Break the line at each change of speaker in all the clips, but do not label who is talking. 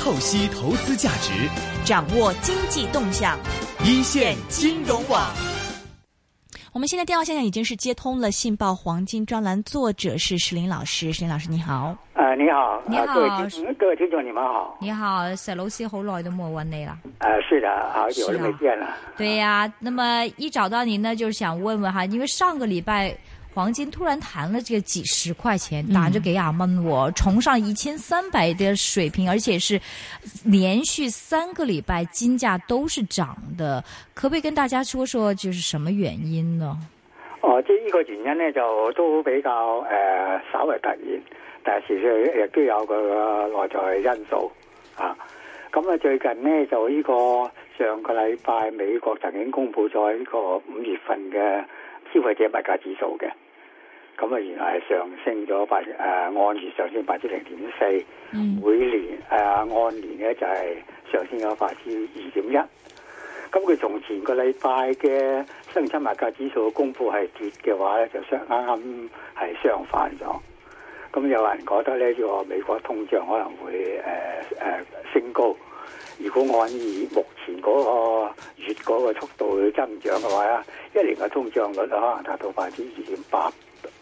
透析投资价值，
掌握经济动向，
一线金融网。
我们现在电话线上已经是接通了《信报黄金》专栏作者是石林老师，石林老师你好，
呃，你好，
你
呃
好
各位听众，各位听众，你们好。
你好，石老师，好耐都没有问你了。
呃，是的，好久
是
都
啊
没见了。
对呀、那么一找到您呢，就是想问问哈，因为上个礼拜黄金突然弹了这个几十块钱，打咗几廿蚊喎，重上一千三百的水平，而且是连续三个礼拜金价都是涨的，可不可以跟大家说说就是什么原因呢？
哦，即係呢個原因咧，就都比較誒、呃稍為突然，但係事實亦都有佢個內在因素啊。咁啊，最近呢，就呢個上個禮拜美國曾經公布咗呢個五月份嘅消費者物價指數嘅，咁啊原來係上升咗百誒呃按月上升百分之零點四，每年誒、呃按年咧就係、上升咗百分之二點一。咁佢從前個禮拜嘅生產物價指數公布係跌嘅話咧，就相啱啱係相反咗。咁有人覺得咧，呢個美國通脹可能會誒誒、升高。如果按以目前嗰個月嗰個速度去增長嘅話咧，一年嘅通脹率可能達到百分之二點八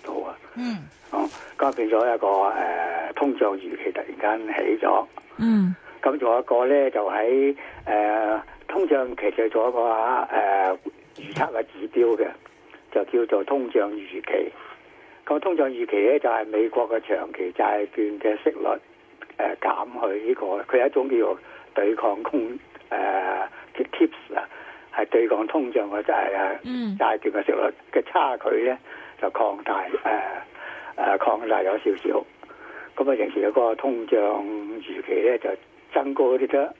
度啊。
嗯
哦，咁變咗一個誒、通脹預期突然間起咗。
嗯
咁仲有一個咧，就喺誒、呃通脹期就做一個誒、呃、預測嘅指標嘅，就叫做通脹預期。咁通脹預期咧就係、美國嘅長期債券嘅息率誒、呃、減去呢、個，佢有一種叫做對抗通誒、呃、tips 啊，係對抗通脹嘅就係、呃誒
嗯
債券嘅息率嘅差距咧就擴大誒誒、呃擴大咗少少。咁啊，平時有個通脹預期咧就呃增高啲得。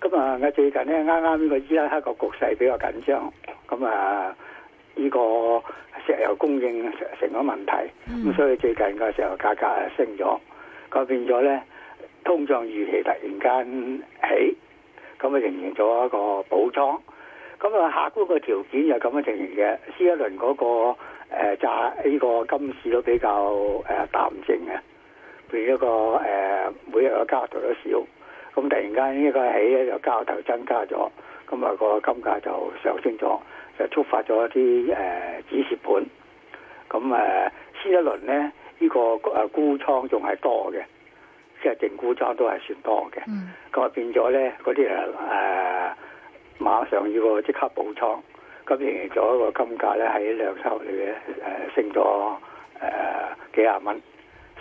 咁啊，我最近咧啱啱呢個伊拉克個局勢比較緊張，咁啊呢個石油供應成咗問題，咁、所以最近個石油價格啊升咗，咁變咗咧通脹預期突然間起，咁啊形成咗一個補倉。咁啊，客觀個條件就咁嘅情形嘅。C 一輪嗰、個誒債呢個金市都比較誒、呃淡靜嘅。譬如一個誒、呃每日嘅交投都少，咁突然間呢個起咧就交投增加咗，咁啊個金價就上升咗，就觸發咗一啲誒止蝕盤。咁誒、呃先一輪咧，呢、呢個誒沽倉仲係多嘅，即係淨沽倉都係算多嘅。
嗯
咁啊變咗咧，嗰啲人誒馬上要個即刻補倉，咁形成咗個金價咧喺兩三日咧誒升咗誒、呃幾廿蚊，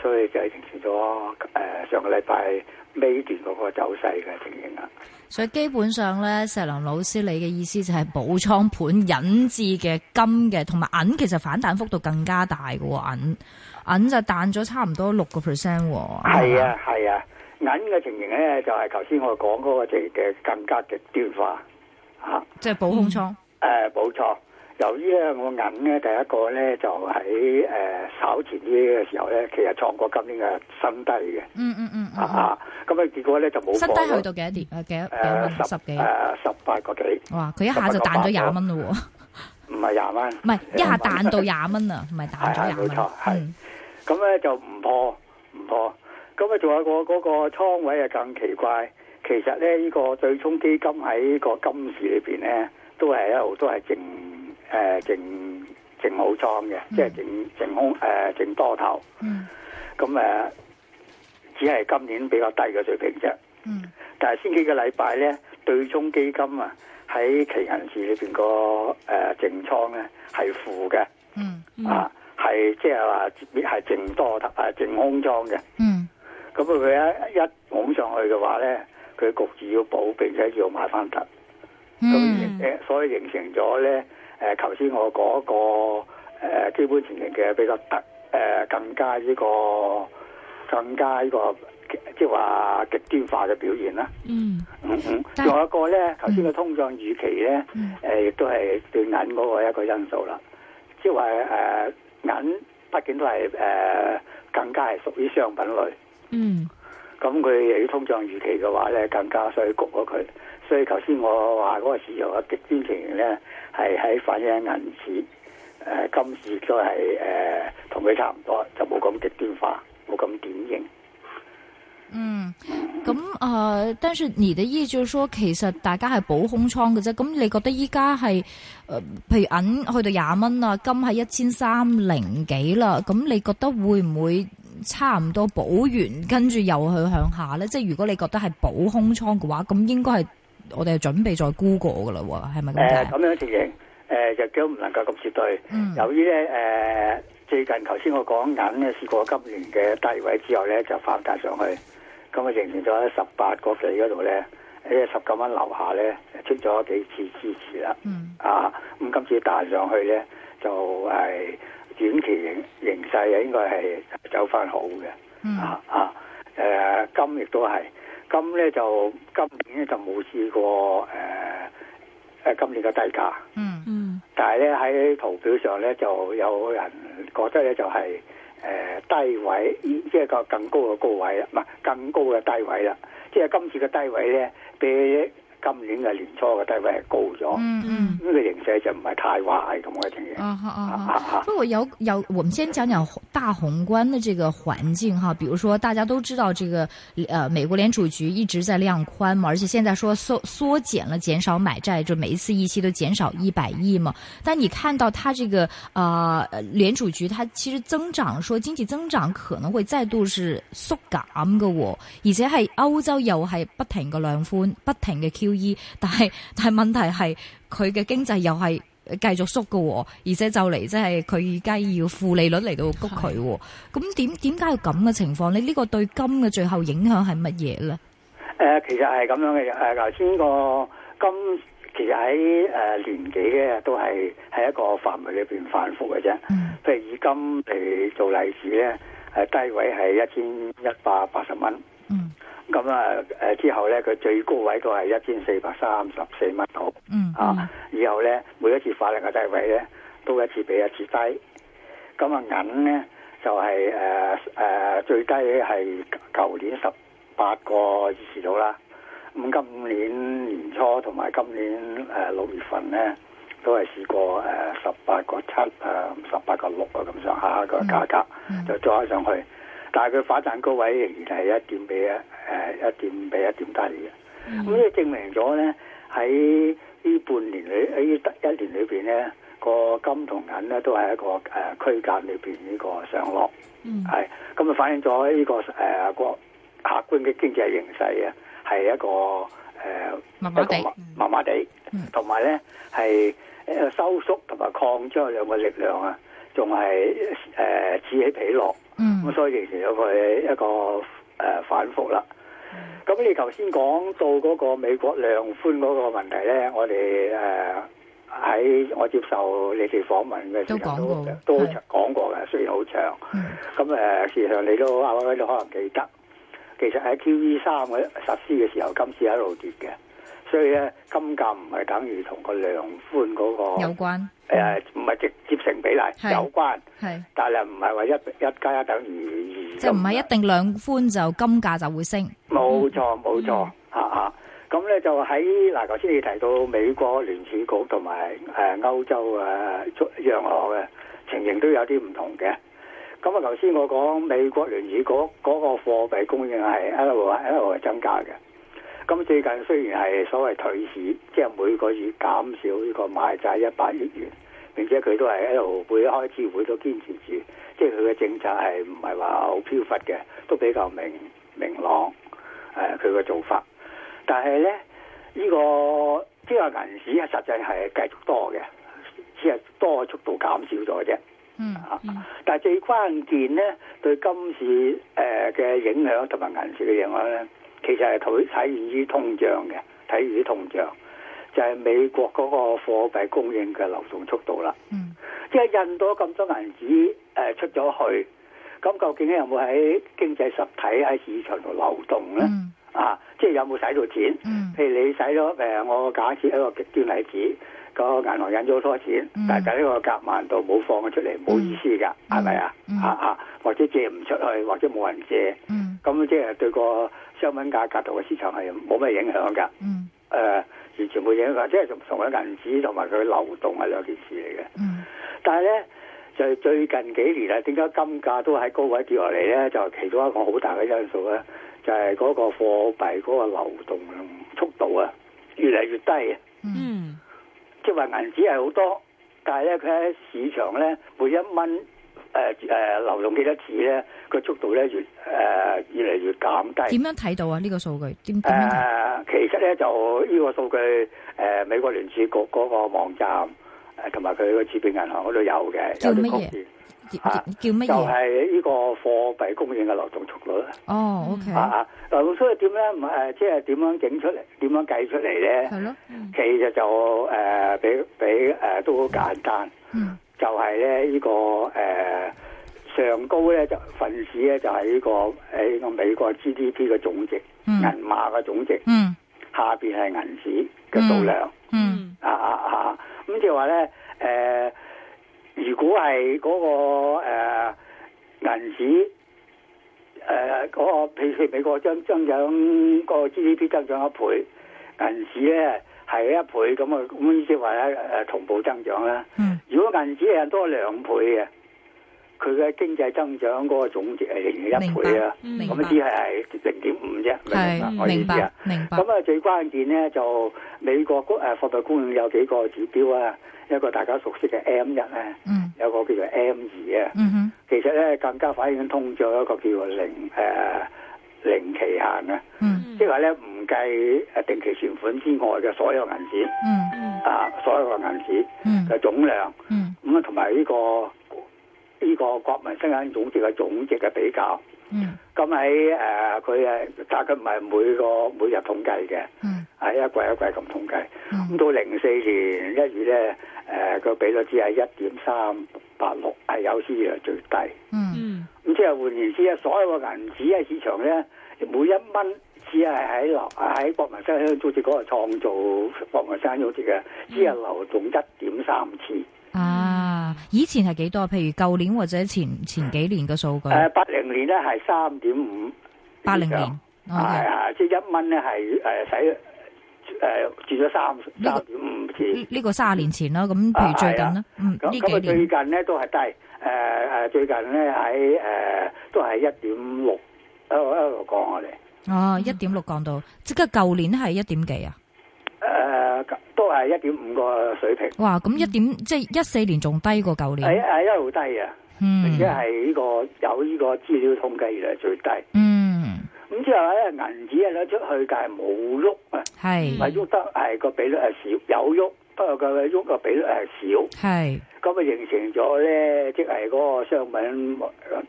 所以就係形成咗誒上個禮拜尾段嗰個走勢嘅情形啊啦。
所以基本上咧，石林老師你嘅意思就係補倉盤引致嘅金嘅同埋銀，其實反彈幅度更加大嘅喎，銀銀就彈咗差唔多六個 percent 喎。
係啊，係啊，銀嘅情形咧就係頭先我講嗰個情形嘅更加極端化嚇。
即係補空倉。
誒冇錯，由於咧我銀咧第一個咧就喺誒、呃稍前啲嘅時候咧，其實創過今年嘅新低嘅，
嗯嗯嗯嗯嗯。
啊咁啊結果咧就冇
失低
到
去到幾多點？啊誒幾多幾多
誒
蚊？
十
十幾？
誒十八個幾，
哇！佢一下就彈咗廿蚊咯喎，
唔係廿蚊，
唔係一下彈到廿蚊啊，唔係彈咗廿蚊
係係冇錯。係
嗯
咁咧就唔破唔破，咁啊仲有個嗰個倉位啊更奇怪，其實咧呢、個對沖基金喺個金市裏邊咧都係一路都係淨誒淨淨好倉嘅，即係淨淨空誒、淨多頭。
嗯
咁誒、呃只係今年比較低嘅水平啫。
嗯
但係先幾個禮拜咧，對沖基金啊喺期銀市裏邊個誒淨倉咧係負嘅，
嗯
啊係即係話係淨多頭啊淨空倉嘅。
嗯
咁佢一一拱上去嘅話咧，佢焗住要補，並且要買翻突。咁
嗯
誒，所以形成咗咧誒，頭先我嗰個誒基本情形嘅比較突誒，更加呢個更加呢個即係話極端化嘅表現啦。
嗯
嗯嗯，
但
仲有一個咧，頭先嘅通脹預期咧，誒亦都係對銀嗰個一個因素啦。即係話誒銀，畢竟都係誒更加係屬於商品類。
嗯
咁佢由於通脹預期嘅話咧，更加所以焗咗佢。所以頭先我話嗰個市場嘅極端情形咧，係喺反映銀市，誒、金市都係誒同佢差唔多，就冇咁極端化，冇咁典型。
嗯，咁誒、呃但是你的意思就是說，其實大家係保空倉嘅啫。咁你覺得依家係誒，譬如銀去到廿蚊啦，金係一千三零幾啦，咁你覺得會唔會差唔多保完，跟住又去向下咧？即係如果你覺得係保空倉嘅話，咁應該係我哋係準備再沽過嘅啦喎，係咪咁
誒
解？啊
咁樣情形，誒亦都唔能夠咁絕對。
嗯
由於咧誒、最近頭先我講銀咧試過今年嘅低位之後咧就反彈上去，咁啊形成咗喺十八個幾嗰度咧，喺十九蚊樓下咧出咗幾次支持啦。
嗯
啊，咁今次彈上去咧就係短期形形勢啊應該係走翻好嘅。
嗯
啊啊誒、金亦都係金咧就今年咧就冇試過誒誒、呃今年嘅低價，
嗯
嗯
但係咧喺圖表上咧就有人覺得咧就係、誒、低位，即係個更高嘅高位啦，唔係更高嘅低位啦。即係今次嘅低位咧，比今年嘅年初嘅低位係高咗。呢、
嗯嗯。
個形勢就唔係太壞咁嘅情形。
啊哈啊
啊
哈！
啊啊
如果有有，我们先讲讲宏大宏观的这个环境哈，比如说大家都知道这个呃，美国联储局一直在量宽嘛，而且现在说缩缩减了，减少买债，就每一次议息都减少一百亿嘛。但你看到它这个呃联储局，它其实增长说经济增長可能會再度是縮減嘅喎，而且係歐洲又係不停嘅量寬，不停嘅 QE，但係但係問題係佢嘅經濟又係繼續縮嘅喎，而且就嚟即係佢而家要負利率嚟到谷佢喎，咁點點解有咁嘅情況？你呢個對金嘅最後影響係乜嘢咧？
誒、呃其實係咁樣嘅。誒、頭先個金其實喺誒、呃年紀嘅都係喺一個範圍裏邊反覆嘅啫。
嗯
譬如以金嚟做例子咧，誒低位係一千一百八十蚊，
嗯
咁啊誒之後咧佢最高位都係一千四百三十四蚊度
嗯
啊，以後咧每一次反力嘅低位咧都一次比一次低，咁啊銀咧就係誒誒最低係舊年十八個二時度啦，咁今年年初同埋今年誒六月份咧。都係試過誒十八個七誒十八個六啊咁上下個價格，
嗯
就抓上去。但係佢反彈高位仍然係一點比一誒一點比一點低嘅。
嗯
咁呢、證明咗咧喺呢半年裏喺呢一年裏邊咧，個金同銀咧都係一個誒、呃、區間裏邊呢個上落。
嗯
係咁啊，反映咗呢、個誒、呃、個客觀嘅經濟形勢啊，係一個誒、呃、
麻麻地
一個麻麻地
嗯，
同埋咧係誒收縮同埋擴張兩個力量啊，仲係誒此起彼落，咁、
嗯
所以形成咗佢一個誒、呃反覆啦。
嗯
咁你頭先講到嗰個美國量寬嗰個問題咧，我哋誒喺我接受你哋訪問嘅時候
都講過
都都
係
講過嘅，雖然好長。
嗯
咁誒，事實上你都啱啱都可能記得，其實喺 QE 三嘅實施嘅時候，今次一路跌嘅，所以咧金價唔係等於同個量寬嗰、
有
個
關
誒唔係直接成比例
係
有關，
係
但係唔係話一一加一等於二咁，
即係唔係一定量寬就金價就會升
冇錯冇錯嚇嚇。咁咧就喺嗱，頭先你提到美國聯儲局同埋誒歐洲誒中央行嘅情形都有啲唔同嘅。咁啊，頭先我講美國聯儲局嗰個貨幣供應係一路一路係增加嘅。咁最近雖然係所謂退市，即係每個月減少呢個買債一百億元，並且佢都係一路每一開支會都堅持住，即係佢嘅政策係唔係話好飄忽嘅，都比較明明朗。誒佢嘅做法。但係咧，呢、個即係銀紙啊，實際係繼續多嘅，只係多嘅速度減少咗啫。
嗯
啊，但係最關鍵咧，對今次誒嘅影響同埋銀市嘅影響咧，其實係睇體現於通脹嘅，體現於通脹就係、美國嗰個貨幣供應嘅流動速度啦。
嗯
即係印到咁多銀紙誒、呃出咗去，咁究竟有冇喺經濟實體喺市場度流動咧？
嗯
啊，即係有冇使到錢？
嗯
譬如你使咗誒，我假設一個極端例子，個銀行印咗好多錢，
嗯
但係呢個夾萬度冇放咗出嚟，冇意思㗎，
嗯
係咪啊
嗯？
啊啊，或者借唔出去，或者冇人借，
嗯
咁即係對個商品價格同個市場係冇咩影響㗎。
嗯
誒、完全冇影響，即係同同佢銀紙同埋佢流動係兩件事嚟嘅。
嗯
但係咧，就最近幾年啊，點解金價都喺高位跌落嚟咧？就其中一個好大嘅因素咧，就係嗰個貨幣嗰個流動速度啊，越嚟越低啊。
嗯
即係話銀紙係好多，但係咧佢喺市場咧每一蚊誒誒流動幾多次咧，個速度咧越誒、呃越嚟越減低
點。樣睇到啊？呢、個數據
誒、
點點樣睇？
其實咧就呢個數據誒、呃美國聯儲局嗰個網站誒同埋佢個儲備銀行嗰度有嘅，
叫
有
乜嘢
啲公示
叫
啊
叫乜
就
嘢？
係呢個貨幣供應嘅流動速率
哦，OK，
啊啊！流動速率點咧？唔係誒，即係點樣整出嚟？點樣計出嚟咧？
係咯，
其實就誒比比誒都好簡單。
嗯
就係咧呢個誒、呃上高咧就份子咧就係呢、個誒呢、個美國 GDP 嘅總值，
嗯
銀碼嘅總值，
嗯
下邊係銀紙嘅數量、
嗯
啊啊啊！咁就話咧誒，如果係嗰、個、呃、銀紙。誒嗰、個譬如美國增增長個 GDP 增長一倍，銀紙咧係一倍咁啊，咁意思話咧誒同步增長啦。
嗯
如果銀紙係多兩倍嘅，佢嘅經濟增長嗰個總值係零點一倍啊，
明白
咁只係零點五啫，明唔明白
係
我意
明
思啊
白？明白
咁，啊，最關鍵咧就美國誒、呃、貨幣供應有幾個指標啊，一個大家熟悉嘅 M 一咧，
嗯
有個叫做 M 二啊，
嗯哼，
其實咧更加反映通脹一個叫做零誒、呃零期限啊，
嗯
即係話咧唔計誒定期存款之外嘅所有銀紙
嗯
啊，所有嘅銀紙
嗯
嘅總量。
嗯
咁啊，同埋呢個呢、個國民生產總值嘅總值嘅比較。
嗯
咁喺誒佢誒，但係佢唔係每個每日統計嘅，
嗯
係一季一季咁統計。咁、
嗯
到零四年一月咧，誒、個比率只係一點三八六，係有史以來最低。
嗯
嗯
咁即係換言之咧，啊所有嘅銀紙啊喺市場咧，每一蚊只係喺流喺國民生產總值嗰個創造國民生產總值嘅，只係流動一點三次。
啊！以前係幾多？譬如舊年或者前前幾年嘅數據，
誒八零年咧係三點五，
八零年
係
，OK，
啊係即係一蚊咧係誒使誒轉咗三三點五次
呢，呢個卅年前啦，咁譬如最近啦，嗯
咁啊咁
呢
啊
幾
最
年，
近咧都係低，誒誒最近咧喺誒都係一點六，一路一路講我哋
哦一點六降到，即係舊年係一點幾啊？
誒呃都係一點五個水平，
哇！咁一點即係一四年仲低過舊
嗯係
年，
係一路低啊，而
嗯
家係呢個有呢個資料統計以來最低，
嗯
咁之後咧銀紙係攞出去但係冇喐啊。唔
係
係喐得係個比率係少，有喐，不過佢喐個比率係少，
係
咁啊形成咗咧，即係嗰個商品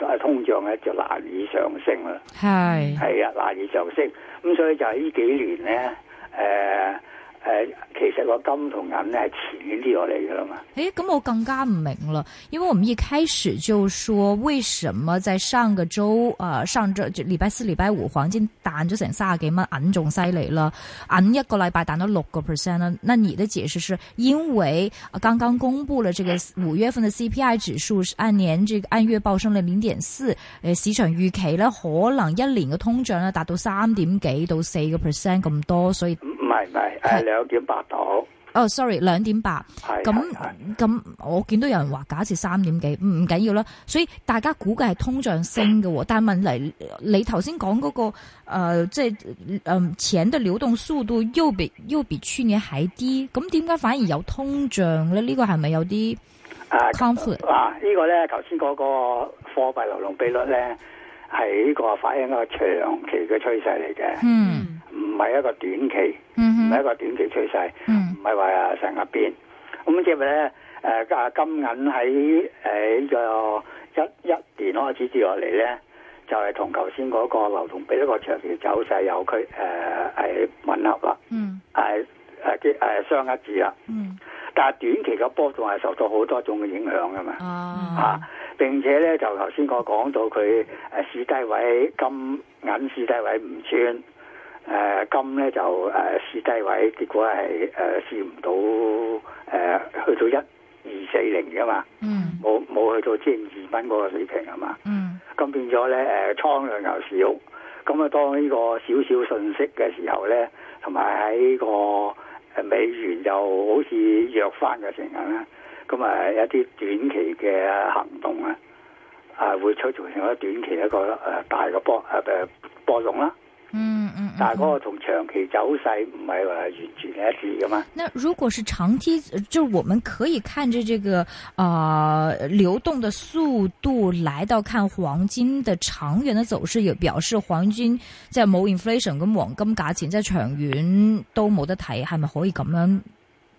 誒通脹咧就難以上升啦，
係
係啊，難以上升，咁所以就係呢幾年咧，誒、呃、誒、其實個金同銀咧係淺啲落嚟噶啦嘛。
诶，咁我更加唔明了，因为我们一开始就说，为什么在上个周呃，上周就礼拜四、礼拜五，黃金彈咗成三十幾蚊，銀仲犀利啦，銀一個禮拜彈咗六個 percent 啦。那你的解釋是因為呃剛剛公布了這個五月份的 CPI 指數是按年這個按月暴升了零點四，誒市場預期呢，可能一年嘅通脹呢達到三點幾到四個 percent 咁多，所以
唔唔係唔係，
係
係兩點八度，
哦，sorry 兩點八。
係係係
咁咁，我見到有人話假設三點幾，唔唔緊要啦。所以大家估計係通脹升嘅喎，但係問嚟你頭先講嗰個、呃、即係嗯、錢嘅流動速度又比又比去年還低，咁點解反而有通脹咧？呢、個係咪有啲
啊
conflict？
嗱，呢個咧頭先嗰個貨幣流動比率咧係呢個反映一個長期嘅趨勢嚟嘅，
嗯
唔係一個短期。唔
嗯
係
哼
一個短期趨勢，
嗯
唔係話啊成日變。咁即係咧，誒啊金銀喺誒呢個一一年開始跌落嚟咧，就係同頭先嗰個流動比率個長期走勢有區誒係吻合啦，
嗯
係呃誒啲誒相一致啦。
嗯
但係短期嘅波動係受到好多種嘅影響噶嘛。啊
啊，
並且咧就頭先我講到佢誒市低位金銀市低位唔穿，誒、呃金咧就誒、市低位，結果係誒、呃市唔到誒、去到一二四零噶嘛，
嗯
冇冇去到千二蚊嗰個水平啊嘛，
嗯
咁變咗咧誒倉量又少，咁啊當呢個少少信息嘅時候啊咧，同埋喺個誒美元又好似弱翻嘅情形咧，咁啊一啲短期嘅行動呃啊，啊會出造成一個短期一個誒大嘅波誒誒波動啦，
嗯
但係嗰個同長期走勢唔係話完全一致噶嘛。
那如果是长期，呃就是我们可以看着这个呃流动的速度来到看黄金的长远的走势，亦表示黃金即係冇 inflation 咁黃金價錢即係長遠都冇得睇，係咪可以咁樣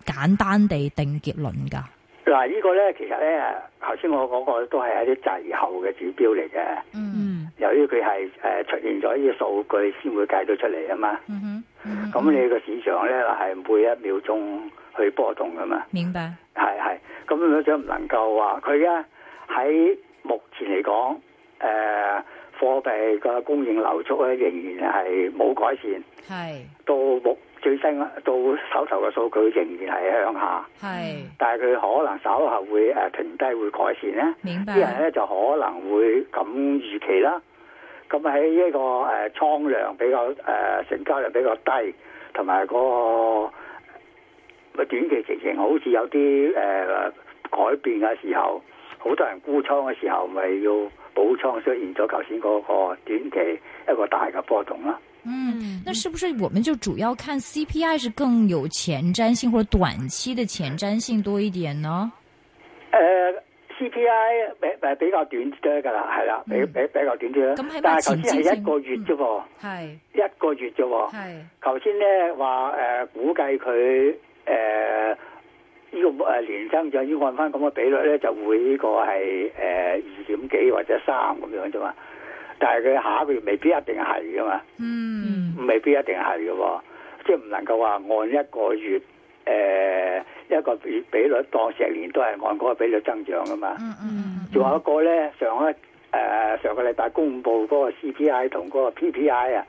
簡單地定結論㗎？
嗱，呢個咧其實咧，頭先我講過都係一啲滯後嘅指標嚟嘅。
嗯
嗯
由於佢係誒出現咗呢啲數據先會計到出嚟啊嘛，
嗯哼嗯
咁你個市場咧係每一秒鐘去波動噶嘛，
明白，
係係，咁樣就唔能夠話佢咧喺目前嚟講，誒、呃貨幣嘅供應流速咧仍然係冇改善，
係
到目最新啊到手頭嘅數據仍然係向下，
係
但係佢可能稍後會誒停低會改善咧。
明白
啲，人咧就可能會咁預期啦。咁喺呢個誒倉量比較誒、呃成交量比較低，同埋嗰個短期情形好似有啲誒、呃改變嘅時候，好多人沽倉嘅時候，咪要補倉，出現咗頭先嗰個呃短期一個大嘅波動啦。
嗯。
嗯，
那是不是我们就主要看 CPI 是更有前瞻性或者短期的前瞻性多一点呢？
誒、CPI 比誒呃比較短啲㗎啦，係啦，比
嗯
比比較短啲啦。
咁係咪
但係頭
前瞻嗯
先係
性
一個月啫喎，
系
一個月啫喎。
系
頭先咧話誒估計佢誒呢個誒年增長要按翻咁嘅比率咧，就會呢個係誒呃二點幾或者三咁樣啫嘛。但係佢下一個月未必一定係噶嘛，
嗯
嗯
未必一定係嘅喎，即係唔能夠話按一個月誒、呃一個比比率當成年都係按嗰個比率增長噶嘛。
嗯嗯
仲有一個咧，上一誒、呃上個禮拜公布嗰個 CPI 同嗰個 PPI 啊，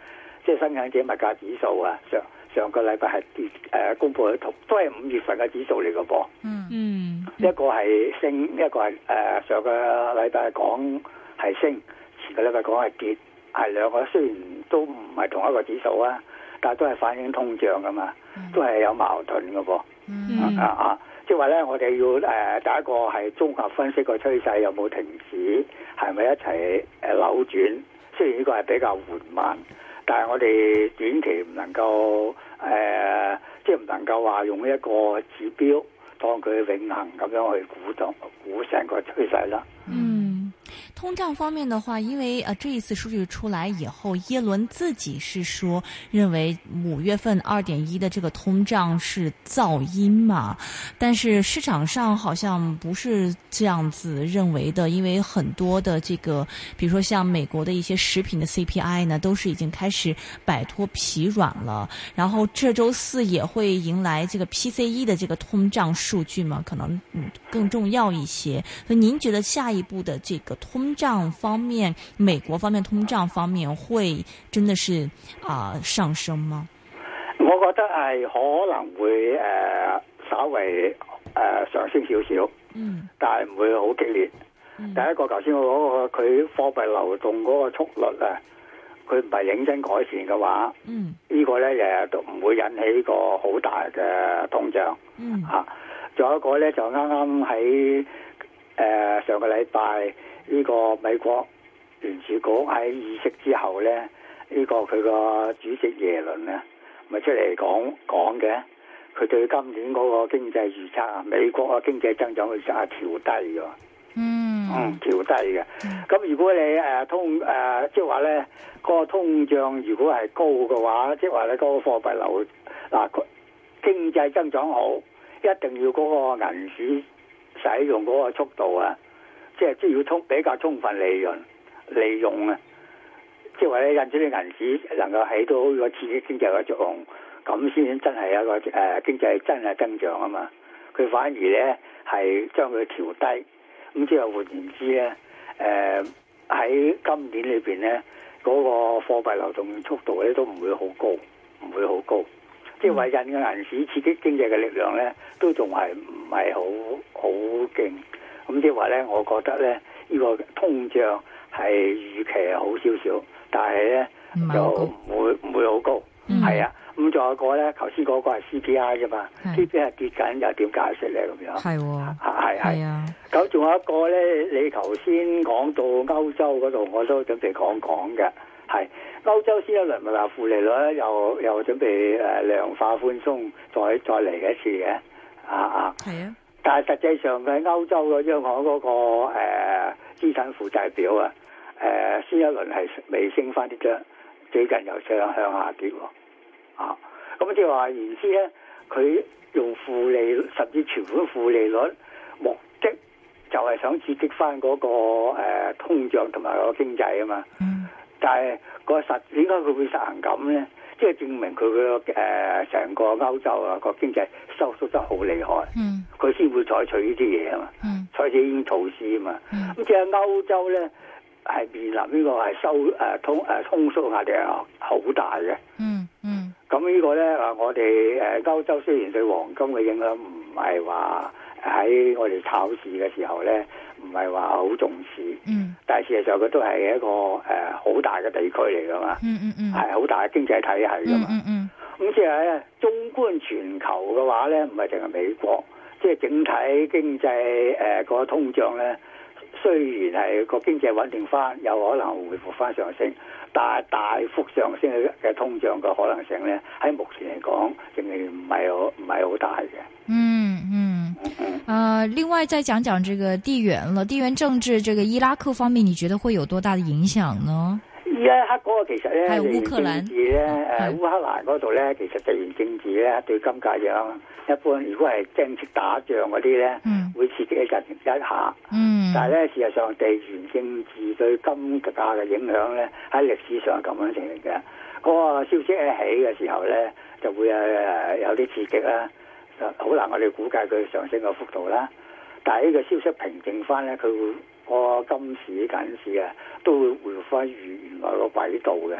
即係生產者物價指數啊，上上個禮拜係跌誒、呃公布咗同都係五月份嘅指數嚟嘅噃，
嗯
嗯
一個係升，一個係誒、呃上個禮拜講係升，前個禮拜講係跌，係兩個雖然都唔係同一個指數啊，但係都係反映通脹噶嘛，都係有矛盾嘅噃。
嗯
啊啊！即係話咧，我哋要誒、呃第一個係綜合分析個趨勢有冇停止，係咪一齊誒扭轉？雖然呢個係比較緩慢，但係我哋短期唔能夠誒、呃即係唔能夠話用一個指標當佢永恆咁樣去估動估成個趨勢啦。
嗯，通胀方面的话，因为呃这一次数据出来以后，耶伦自己是说认为五月份二点一的这个通胀是噪音嘛，但是市场上好像不是这样子认为的，因为很多的这个，比如说像美国的一些食品的 CPI 呢，都是已经开始摆脱疲软了，然后这周四也会迎来这个 PCE 的这个通胀数据嘛，可能嗯更重要一些。所以您觉得下一步的这个通胀方面，美国方面通胀方面会真的是啊、上升吗？
我覺得係可能會誒、呃稍微誒、呃上升少少，
嗯
但係唔會好激烈。
嗯
第一個頭先我講個佢貨幣流動嗰個速率啊，佢唔係認真改善嘅話，
嗯
呢、個咧日日都唔會引起個好大嘅通脹
嗯
嚇。仲有一個咧就啱啱喺誒上個禮拜呢個美國聯儲局喺議息之後咧，呢、個佢個主席耶倫啊，咪出嚟講講嘅。佢對今年嗰個經濟預測啊，美國嘅經濟增長預測係調低咗。嗯
嗯，
調低嘅。咁如果你誒、呃通誒、呃即係話咧，個通脹如果係高嘅話，即係話你嗰個貨幣流嗱、佢經濟增長好，一定要嗰個銀紙使用嗰個速度啊，即係即係要充比較充分利潤利用啊，即係話咧印出啲銀紙能夠起到個刺激經濟嘅作用，咁先真係有一個誒、呃、經濟真係增長啊嘛。佢反而咧係將佢調低。咁即係換言之咧，誒、喺今年裏邊咧，嗰、個貨幣流動速度咧都唔會好高，唔會好高。即係話印嘅銀紙刺激經濟嘅力量咧，都仲係唔係好好勁。咁即係話咧，我覺得咧，呢、個通脹係預期係好少少，但係咧
唔係
就
好高
唔會唔會好高。
嗯
係啊，咁仲有一個咧，頭先嗰個係 CPI 啫嘛
係
，CPI 係跌緊，又點解釋咧咁樣？
係喎，
係係
係。啊，
咁仲有一個咧，你頭先講到歐洲嗰度，我都準備講講嘅，係歐洲先有量物價負利率，又又準備誒量化寬鬆，再再嚟一次嘅，啊啊！
係啊，
但係實際上佢喺歐洲嘅央行嗰、個誒、呃、資產負債表啊，誒、先一輪係未升翻啲啫，最近又向向下跌喎。啊，咁即係話言之咧，佢用負利率甚至存款負利率目的就係想刺激翻嗰、個、呃、通脹同埋個經濟啊嘛。
嗯
但係個實點解佢會實行咁咧？即係證明佢個誒成個歐洲啊個經濟收縮得好厲害。
嗯
佢先會採取呢啲嘢啊嘛，
嗯
採取呢啲措施啊嘛。
嗯
咁即係歐洲咧係面臨呢個係收誒、呃通誒、呃通縮壓力係好大嘅。
嗯嗯
咁呢個咧啊，我哋誒歐洲雖然對黃金嘅影響唔係話喺我哋炒市嘅時候咧，唔係話好重視，
嗯
但係事實上佢都係一個誒好、大嘅地區嚟噶嘛，
嗯嗯嗯
係好、大嘅經濟體系噶嘛。
嗯嗯
咁即係咧，縱觀全球嘅話咧，唔係淨係美國，即係整體經濟誒個通脹咧，雖然係個經濟穩定翻，有可能回復翻上升，但係大幅上升嘅通脹嘅可能性咧，喺目前嚟講，仍然唔係好唔係好大嘅。
嗯嗯
嗯嗯。
呃，另外再讲讲这个地缘了，地缘政治这个伊拉克方面，你觉得会有多大的影响呢？
伊拉克嗰個其實咧，
係烏
地緣
克蘭
政治咧，
係
誒烏克蘭嗰度咧，其實地緣政治咧對金價影響一般，如果係正式打仗嗰啲咧，
嗯
會刺激一陣一下。
嗯
但係咧，事實上地緣政治對金價嘅影響咧，喺歷史上係咁樣成嘅。嗰、個消息一起嘅時候咧，就會誒有啲刺激啦，就好難我哋估計佢上升嘅幅度啦。但係呢個消息平靜翻咧，佢會個金市、緊市啊，都會回復翻原原來個軌道嘅。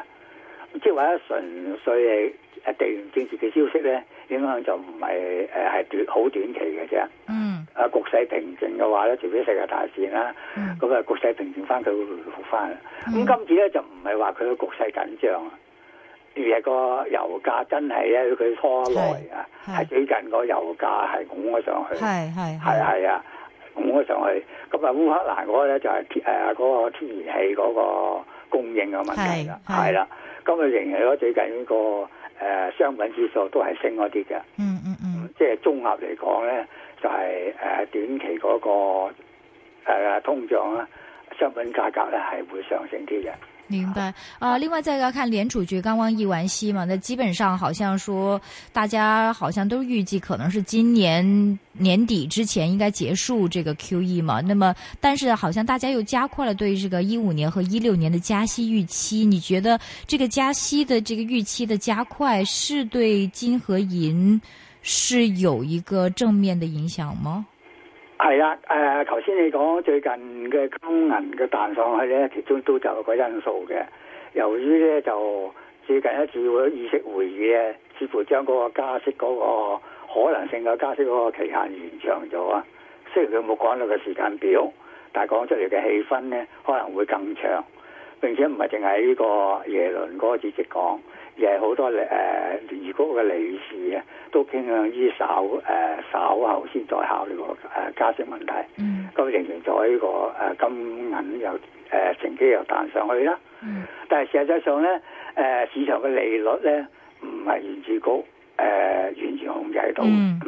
即係話咧，純粹係誒呃地緣政治嘅消息咧，影響就唔係誒呃係短好短期嘅啫。
嗯
啊局勢平靜嘅話咧，除非世界大戰啦，
嗯
咁啊局勢平靜翻，佢會回復翻。咁
嗯
今次咧就唔係話佢個局勢緊張啊，而係個油價真係咧佢拖耐啊，
係係
係最近個油價係拱咗上去，
嗯，係係
係係啊，拱咗上去。咁啊烏克蘭嗰個咧就係鐵誒嗰個天然氣嗰個供應嘅問題啦，
係係
係啦。咁啊仍然咗最近呢個誒商品指數都係升嗰啲嘅。
嗯嗯嗯
即係綜合嚟講咧，就係、誒、短期嗰、個、呃、通脹啦，商品價格咧係會上升啲嘅。
明白啊、另外再要看联储局刚刚议完息嘛，那基本上好像说大家好像都预计可能是今年年底之前应该结束这个 QE 嘛。那么，但是好像大家又加快了对这个一五年和一六年的加息预期。你觉得这个加息的这个预期的加快是对金和银是有一个正面的影响吗？
係啦，誒頭先你講最近嘅金銀嘅彈上去咧，其中都就有個因素嘅。由於咧就最近一次會議息會議咧，似乎將嗰個加息嗰、個可能性嘅加息嗰個期限延長咗啊。雖然佢冇講到個時間表，但係講出嚟嘅氣氛咧可能會更長。並且唔係淨係呢個耶倫嗰個主席講，而係好多誒呃聯儲局嘅理事啊，都傾向於稍誒、呃稍後先再考慮個誒加息問題。
嗯
咁形成咗呢個誒、呃金銀又誒、呃乘機又彈上去啦。
嗯
但係事實上咧，誒、市場嘅利率咧唔係聯儲局誒、呃完全控制到。
嗯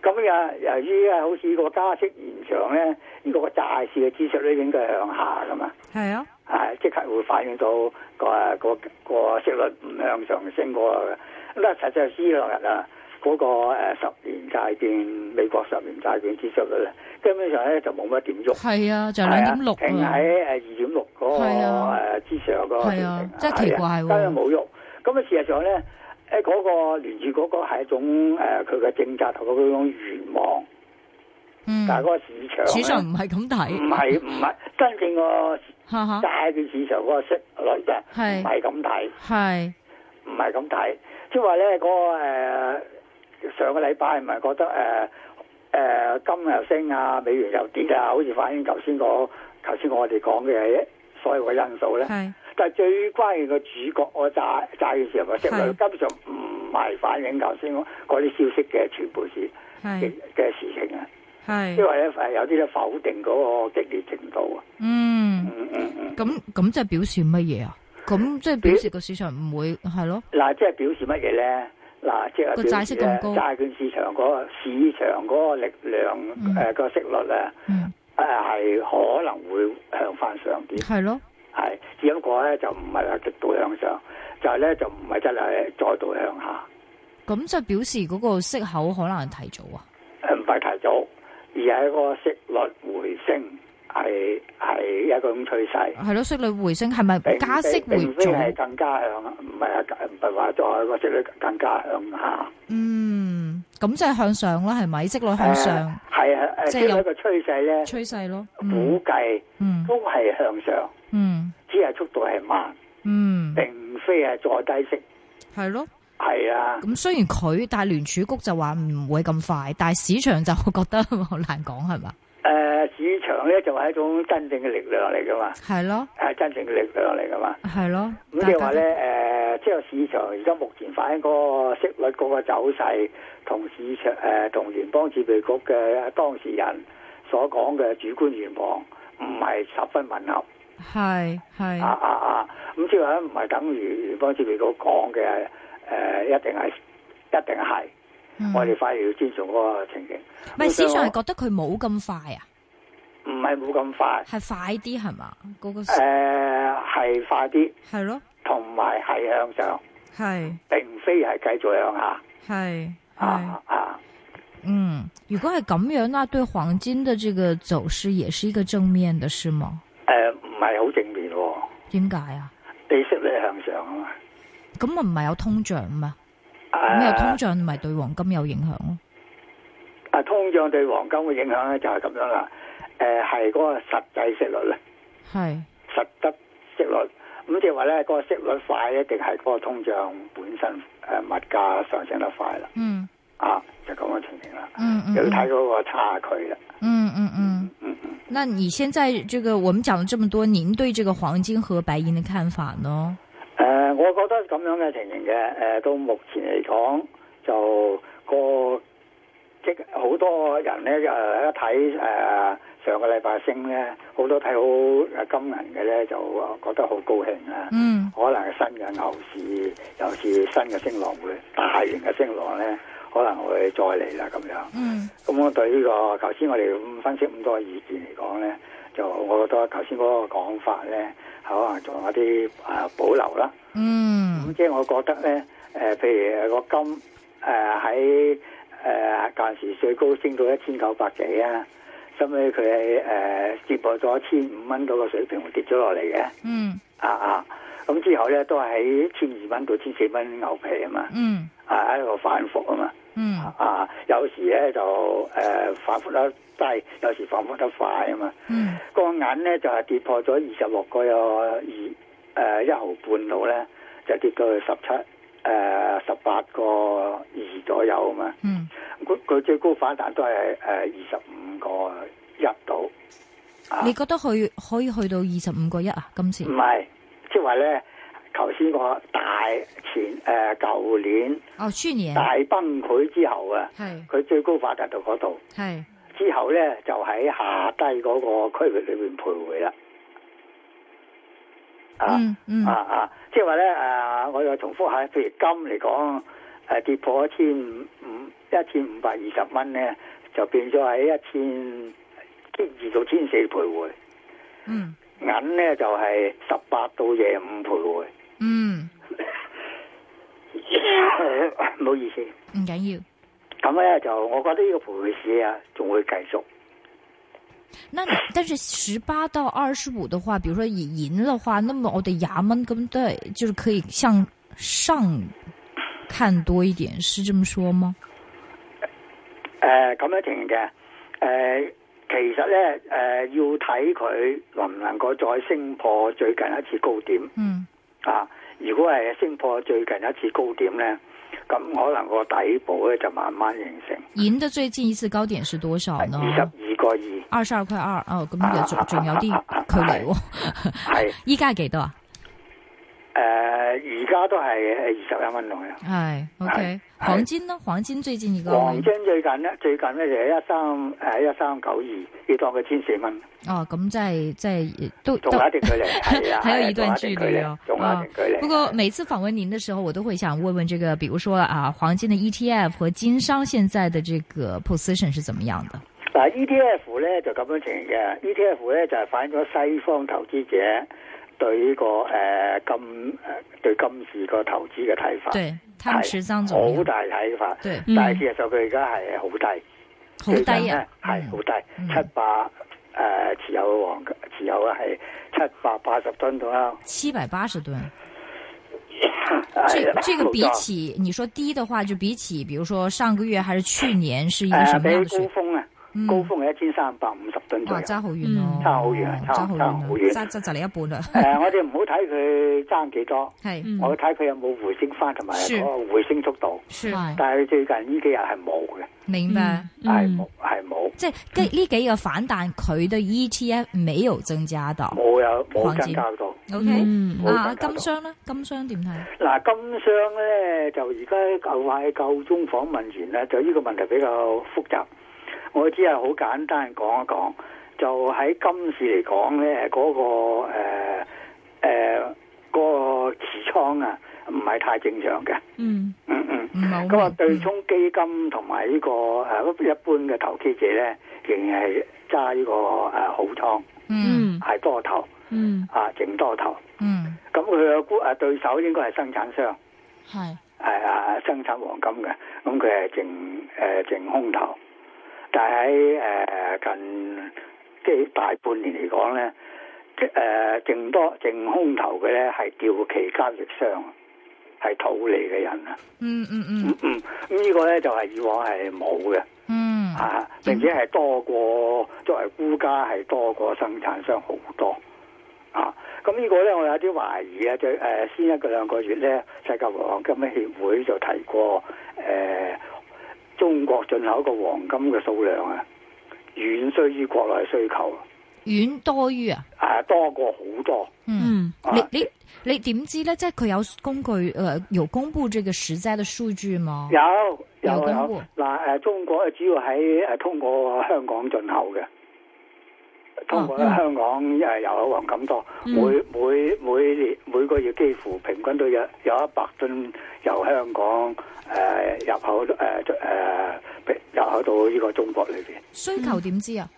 咁啊，由於啊，好似個加息延長咧，呢個債市嘅孳息率應該係向下噶嘛。
系啊，
啊，即刻會反映到個個個息率唔向上升個。咁啊，實際呢兩日啊，嗰、個呃十年債券美國十年債券孳息率咧，基本上咧就冇乜點喐。
系啊，就
係
两
啊
點六
停喺誒
啦。
二點六嗰個
係啊
誒之上嗰個水
係啊
平
真係奇怪
係啊
喎
根本冇喐。咁啊，事實上咧，誒嗰個聯儲嗰個係一種誒佢嘅政策同佢嗰種願望，
嗯，
但係嗰個市場呢
市場唔係咁睇，
唔係唔係真正個
哈哈，
債券市場嗰個息率嘅，
係
唔係咁睇，
係
唔係咁睇，即係話咧嗰個、呃、上個禮拜唔係覺得誒誒、呃金又升啊，美元又跌啊，好似反映頭先個頭先我哋講嘅所有嘅因素咧。
係
但係最關鍵個主角個債債券市場嘅息率
係
根本上唔係反映頭先嗰啲消息嘅全部事
係
嘅嘅事情啊。
係
因
係，
為咧誒有啲咧否定嗰個激烈程度啊。
嗯，
嗯嗯嗯。
咁咁即係表示乜嘢啊？咁即係表示個市場唔會係咯，
嗱，即係表示乜嘢咧？嗱，即係
個
表示
債息咁
咧
高
債券市場嗰個市場嗰個力量
嗯
誒個息率咧
嗯，
誒係可能會向翻上啲，
係咯，
係只不過咧就唔係話極度向上，就係咧就唔係真係再度向下，
咁即係表示嗰個息口可能係提早啊。
誒唔係提早，而係個息率回升係係一種趨勢。
係咯，息率回升係咪
並
加息
並
會
非
早？
係更加向，唔係啊唔係話再個息率更加向下。
嗯，咁即係向上啦，係咪？息率向上
誒係啊，誒
即係
即係
有
一個趨勢咧，
趨勢咯。
估
嗯
計
嗯
都係向上，
嗯
只係速度係慢，
嗯，
並非係再低息。
係咯。
係啊，
咁雖然佢但係聯儲局就話唔會咁快，但係市場就覺得好難講係嘛？
誒、
嗯
市場咧就係一種真正嘅力量嚟噶嘛，
係咯
係真正嘅力量嚟噶嘛。
係咯，
咁
大
即係
家
話
都
咧，誒，即係市場而家目前反映嗰個息率嗰個走勢，同市場誒同聯邦儲備局嘅當事人所講嘅主觀願望，唔係十分吻合。
係係
啊啊啊！咁即係話唔係等於聯邦儲備局講嘅誒，一定係一定係，
嗯
我哋反而要尊重嗰個情形。
唔係
咁所以
市場係
我
覺得佢冇咁快啊，
唔係冇咁快，
係快啲係嘛？嗰個
誒係快啲，
係咯，
同埋係向上，
係
並非係繼續向下。
係
啊啊！
嗯，如果係咁樣，那對黃金的這個走勢也是一個正面的，是嗎？
誒呃唔係好正面喎，
點解啊？
利息率向上啊嘛。
咁咪唔係有通脹嘛？咁有通
誒
脹咪對黃金有影響咯？
啊，通脹對黃金嘅影響咧就係咁樣啦。誒係嗰個實際息率咧，
係
實質息率。咁即係話咧，嗰個息率快一定係嗰個通脹本身誒物價上升得快啦。
嗯
啊，就咁嘅情形啦。
嗯嗯
又要睇嗰個差距啦。
嗯嗯嗯。
嗯嗯。
那你現在這個我們講了這麼多，您對這個黃金和白銀的看法呢？
誒、呃我覺得咁樣嘅情形嘅，誒、呃到目前嚟講，就個即好多人咧，誒、一睇誒、呃上個禮拜升咧，好多睇好誒金銀嘅咧，就覺得好高興啊！
嗯
可能係新嘅牛市，又是新嘅升浪會大型嘅升浪咧，可能會再嚟啦咁樣。
嗯
咁我對呢、個頭先我哋咁分析咁多意見嚟講咧，就我覺得頭先嗰個講法咧，可能仲有啲啊保留啦。咁
嗯
即係我覺得咧，誒、譬如誒個金誒喺誒嗰陣時最高升到一千九百幾啊，收尾佢係誒跌破咗千五蚊嗰個水平，跌咗落嚟嘅，
嗯
啊啊！咁之後咧都係喺千二蚊到千四蚊牛皮啊嘛，
嗯
啊喺度反覆啊嘛。
嗯
啊，有時咧就誒、呃反覆得低，有時反覆得快啊嘛。
嗯
個銀咧就係、跌破咗二十六個二誒、呃一毫半度咧，就跌到去十七誒十八個二左右啊嘛。
嗯
佢佢最高反彈都係誒呃二十五個一度，啊
你覺得去可以去到二十五個一啊？今次
唔係即係話咧，頭先個大前誒舊、年
哦，去年
大崩潰之後啊，
係
佢最高反彈到嗰度。
係
之後咧就喺下低嗰個區域裏邊徘徊啦。啊、
嗯嗯
啊啊！即係話咧誒，我又重複下，譬如金嚟講，誒、呃跌破一千五一千五百二十蚊咧，就變咗喺一千千二到千四徘徊。
嗯
銀咧就係十八到廿五徘 徊。
嗯
唔好意思，
唔緊要。
咁咧就我覺得呢個徘徊市啊，仲會繼續。
那你但是十八到二十五的话，比如说以银的话，那么我的衙门根本对就是可以向上看多一点，是这么说吗？
誒咁樣情形嘅，誒、其實咧誒、要睇佢能唔能夠再升破最近一次高點
嗯
啊！如果係升破最近一次高點咧，咁可能個底部咧就慢慢形成
银的最近一次高點是多少呢？
二十二個二，
二十二塊二哦，咁又仲仲有啲距離喎。
係
依家係幾多啊？
誒而家都係二十一蚊內啊。
係，OK。
係
黃金呢？黃金最近而家
黃
會
金最近咧，最近咧就一三誒一三九二，要當佢千四蚊，
哦，咁真係真係都
仲
都
有一段距離， 係啊，
还有一
仲
段距
距
离哦
離，。仲有一段距離。
不過每次訪問您的時候，我都會想問問這個，比如說啊，黃金的 ETF 和金商現在的這個 position 是怎麼樣的？
嗱，E ETF 咧就咁樣情形嘅，ETF E 咧就係反映咗西方投資者對呢、個誒、呃金誒、呃、對金市個投資嘅睇法，
對，他們持倉怎麼
啊好
樣？
大睇法，
對，
嗯
但係事實上佢而家係好低。
好低啊，
係好低，
嗯
七百誒持有嘅黃持有嘅係七百八十噸到啦。
七百八十噸。
係
這
啦
這個
冇
比
錯
起你說低的話，就比起，比如說上個月還是去年，是一個什
誒
麼樣的
比
水
高峰啊
嗯，
高峰係一千三百五十噸左
哇，
右。
爭好遠咯，
嗯
爭好遠
爭好
爭爭好
遠
遠
啊，爭爭就嚟一半啦，
誒，我哋唔好睇佢爭幾多，
係
嗯
我睇佢有冇回升翻同埋
是
嗰
嗯
個回升速度。
是，
但係最近呢幾日係冇嘅，
明
明
白
白。，
係冇係冇
嗯即係呢呢幾個反彈，佢對 ETF 沒有增加到。
冇有
黃
冇增
金
加到。
OK，
嗯
冇增加
啊
到
金商咧，金商點睇？
嗱，金商咧就而家舊喺夠鐘訪問完咧，就呢個問題比較複雜。我只係好簡單講一講，就喺今市嚟講咧，嗰、個誒誒、呃嗰個持倉啊，唔係太正常嘅。
嗯
嗯嗯。
唔係
咁
好
啊
明，
對沖基金同埋呢個誒一般嘅投機者咧，仍然係揸呢個誒好倉，
嗯
嗯
係多頭
嗯，
啊，淨多頭。
嗯
咁佢嘅估誒對手應該係生產商。
係
係啊生產黃金嘅，咁佢係淨誒淨空頭，但係喺誒近即係大半年嚟講咧，即誒淨多淨空頭嘅咧係掉期交易商，係套利嘅人啊，
嗯嗯
嗯
嗯
嗯，咁呢個咧就係以往係冇嘅
嗯
啊，並且係多過作為估家係多過生產商好多。啊，咁呢個咧我有啲懷疑啊，就誒、呃先一個兩個月咧，世界黃金協會就提過誒、呃中國進口嘅黃金嘅數量啊，遠需於國內需求
遠多於啊。
啊，多過好多。
嗯，
嗯
啊
你你你點知咧？即係佢有工具，呃，有公布這個實在的數據嗎？
有有
有
有
公布
嗱誒、呃中國主要喺誒、呃通過香港進口嘅。通過
嗯
香港誒有口黃金多，
嗯
每每每年每個月幾乎平均都有有一百噸由香港誒、呃入口誒誒、呃入口到呢個中國裏邊。
需求點知
嗯
啊？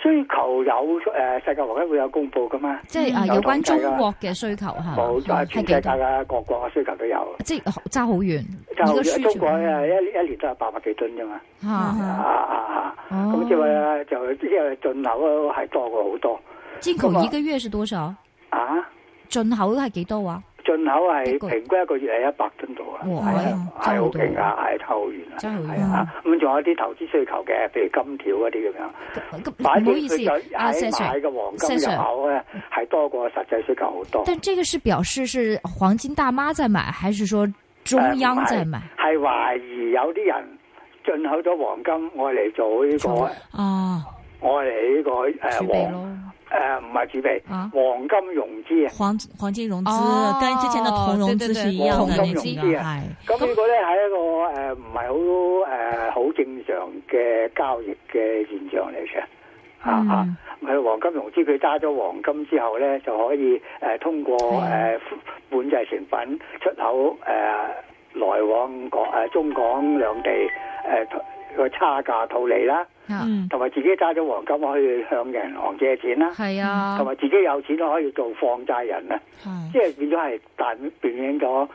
需求有誒、呃世界黃金會有公佈噶嘛？
即係啊，
有
有關
統計
中
㗎
國嘅需求係嘛
嗯冇啊
係
全世
幾
界
多？
嘅各國嘅啊需求都有。
即係爭好遠，而
就
家需
中
求
國啊誒一一年都係八百幾噸啫嘛。
嚇嚇
啊啊啊！
哦
咁即係話就因為進口啊係多過好多
進口一個月是多少？
啊！
進口係幾多啊？
進口係
一個
平均一個月係一百噸度啊，
哇
係啊係
真係好
好
多
勁啊，係抽完啊，
真係好
係啊，咁仲有啲投資需求嘅，譬如金條嗰啲咁樣，
咁咁
反
唔
正
好意
佢
思
就
啊，
喺
石 Sir
買。嘅黃金
，Sir
入口咧係多過實際需求好多，
但这个是表示是黄金大妈在买，还是说中
呃
央在买？
係懷疑有啲人進口咗黃金，我嚟做呢
做
個，
啊，
我嚟呢個
储
誒
备
黃
咯，
誒唔係儲備，
啊
黃金融資啊。
黄黄金融资
哦
跟之前的铜融资是一样的
對
那
對對
几个
銅融資，啊
哎
咁呢個咧係一個誒唔係好誒好正常嘅交易嘅現象嚟嘅，啊
嗯
啊！佢黃金融資佢揸咗黃金之後咧，就可以誒、呃通過誒、呃本製成品出口誒、呃來往港誒、呃中港兩地誒個、差價套利啦，
啊
嗯
同埋自己揸咗黃金可以向銀行借錢啦，
系啊
同，埋自己有錢可以做放債人啊，
哎
即係變咗係但變影咗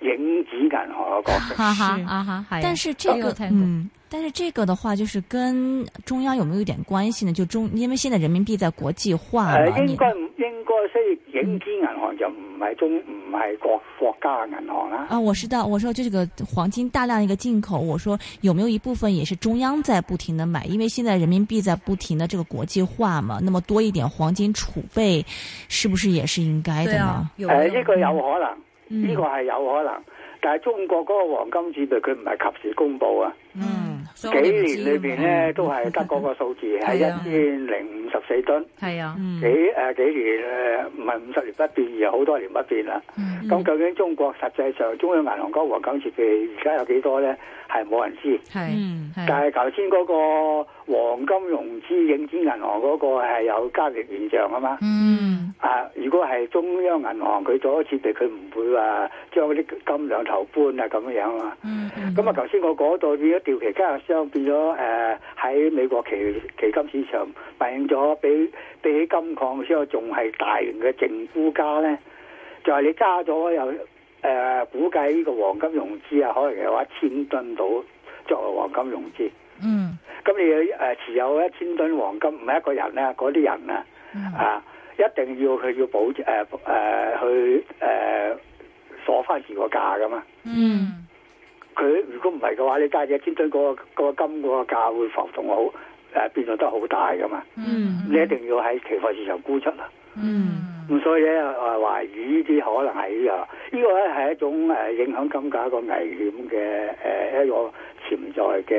影子銀行嘅角色。
哈哈啊哈，系。
但是这
这个我
个
听过
嗯。但是这个的话，就是跟中央有没有一点关系呢？就中，因為現在人民幣在國際化
誒、
嘛，
應
你
該唔應該，所以影子銀行就唔係中唔係國國家嘅銀行啦。
啊，我知道，我说这个黄金大量一个进口，我说有没有一部分也是中央在不停的买，因为现在人民币在不停的这个国际化嘛，那么多一点黄金储备，是不是也是应该的
对
呢
啊？，有
誒、
啊
呢、個有可能，
嗯
呢、個係有可能，但係中國嗰個黃金儲備佢唔係及時公佈啊，
嗯，
所以我
幾
哋唔
年裏
知
邊
㗎
咧都係得嗰個數字係一
係啊
千零五十四噸，
嘛，系啊，
幾
嗯，
誒幾年誒唔係五十年不變，而係好多年不變啦。
嗯
咁究竟中國實際上中央銀行嗰個黃金儲備而家有幾多咧？係冇人知。
系
嗯，
系
但係頭先嗰個黃金融資影子銀行嗰個係有交易現象啊嘛。
嗯
啊！如果係中央銀行佢做咗設備，佢唔會話將嗰啲金兩頭搬啊咁樣啊。
嗯嗯
咁啊，頭先我講到變咗掉期交易商變咗誒喺美國期期金市場反映咗比比起金礦之後仲係大型嘅淨估價咧，就係、你加咗有誒、呃估計呢個黃金融資啊，可能有一千噸到作為黃金融資。
嗯
咁你誒、呃持有一千噸黃金唔係一個人啊，嗰啲人啊。
嗯
啊，一定要佢要保誒誒、呃去誒、呃、鎖翻住個價噶嘛。
嗯
佢如果唔係嘅話，你揸住一千噸嗰個嗰個金嗰個價會浮動好誒、呃、變動得好大噶嘛。
嗯
你一定要喺期貨市場沽出啦。
嗯
咁所以咧，我懷疑呢啲可能係呢個呢個咧係一種誒影響金價一個危險嘅誒一個潛在嘅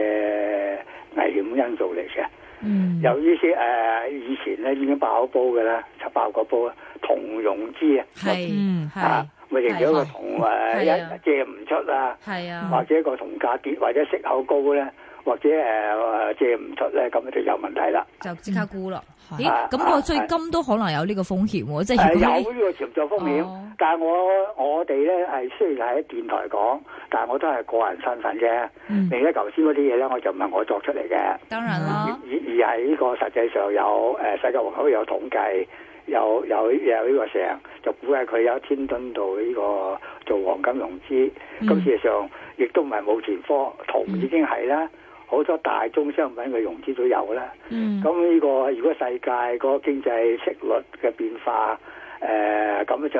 危險因素嚟嘅。
嗯，
由於啲誒以前咧已經爆咗煲嘅啦，就爆個煲啦，銅融資啊。
系
嗯
啊
系，
咪形咗個銅誒
係啊
一借唔出啊，
系啊
或，者個銅價跌，或者息口高咧，或者誒、呃借唔出咧，咁就有問題啦。
就即刻沽啦。
嗯
咦，咁我最金都可能有呢個風險喎，即
誒、
係如
呃哎有
果
呢個潛在風險，
哦
但係我我哋咧係雖然喺電台講，但係我都係個人身份啫。
嗯
另一頭先嗰啲嘢咧，我就唔係我作出嚟嘅，
你當然
而
啦，嗯
而而係呢個實際上有誒、呃世界黃金有統計。有有有呢個成，就估計佢有一千噸度呢個做黃金融資，
嗯
咁事實上亦都唔係冇前科，銅已經係啦，好多大宗商品嘅融資都有啦。
嗯
咁呢、個如果世界個經濟息率嘅變化，誒、咁就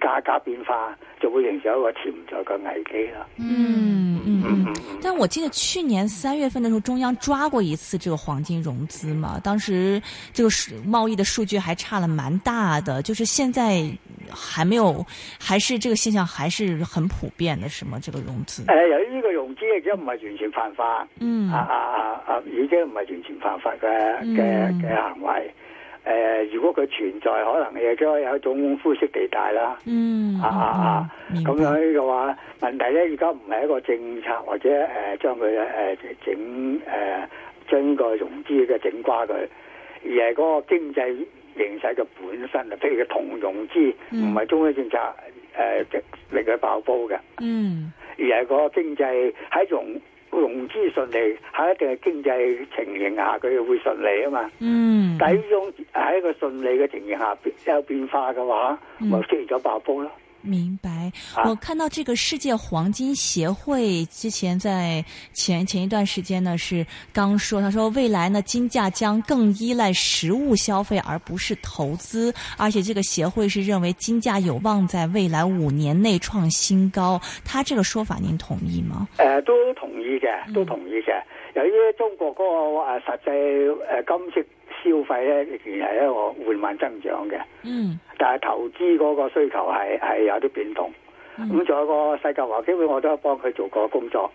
價格變化就會形成一個潛在嘅危機啦。
嗯嗯
嗯
嗯。
嗯
但我记得去年三月份的时候，中央抓过一次这个黄金融资嘛，当时这个数贸易的数据还差了蛮大的，就是现在还没有，还是这个现象还是很普遍的，是吗？这个融资
誒、，由於呢個融資亦都唔係完全犯法。
嗯
哎啊啊啊啊！已經唔係完全犯法嘅嘅
嗯
嘅行為。誒、如果佢存在，可能亦都有一種灰色地帶啦。
嗯
啊啊啊！
明白
咁樣嘅話，問題咧而家唔係一個政策或者誒、將佢誒整誒將呢個融資嘅整瓜佢，而係嗰個經濟形勢嘅本身啊，譬如佢同融資唔
嗯
係中央政策誒、令佢爆煲嘅，
嗯
而係個經濟喺融融資順利，喺一定嘅經濟情形下佢會順利啊嘛。
嗯，
但係呢種喺一個順利嘅情形下有變化嘅話，
嗯
咪出現咗爆煲咯。
明白。
啊
我看到这个世界黄金协会之前在前前一段时间呢是刚说，他说未来呢金价将更依赖实物消费而不是投资，而且这个协会是认为金价有望在未来五年内创新高。他这个说法您同意吗？
誒、都同意
嗯
嘅，都同意嘅。由於中國嗰個誒啊實際誒金色消費咧，仍然係一個緩慢增長嘅，
嗯
但係投資嗰個需求係係有啲變動。
嗯
咁仲有個世界華基會，我都有幫佢做過工作，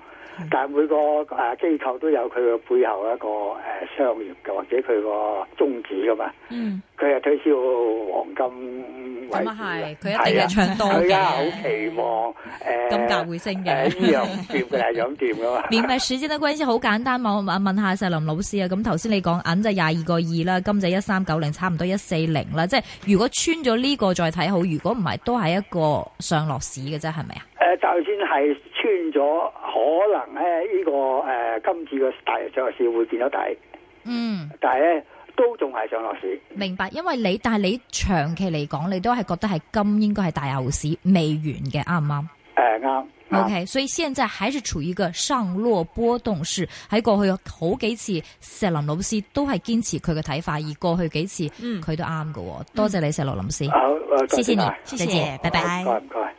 但係每個誒機構都有佢嘅背後一個誒商業嘅或者佢個宗旨噶嘛。
嗯
佢係推銷黃金為主
咁
嘅，
啊係佢一定係
啊
唱多
佢
嘅
啊好期望呃誒
金價會升嘅
誒呢樣掂嘅係咁掂噶 嘛。
明白時間嘅關係，好簡單，我問問下石林老師啊。咁頭先你講銀就廿二個二啦，金就一三九零，差唔多一四零啦。即係如果穿咗呢個再睇好，如果唔係都係一個上落市嘅啫，係咪啊？
誒、呃就算係穿咗，可能咧呢、個誒、今次嘅大上落市會變咗底，
嗯，
但係咧都仲係上落市。
明白。因為你但係你長期嚟講，你都係覺得係金應該係大牛市未完嘅，啱唔啱
誒啱啱
？OK，所以現在還是處於一個上落波動市。喺過去好幾次，石林老師都係堅持佢嘅睇法，而過去幾次
嗯，
佢都啱嘅喎。多謝你，石林老師。
好，誒多
謝謝
晒
你，再見，拜拜
唔該唔該。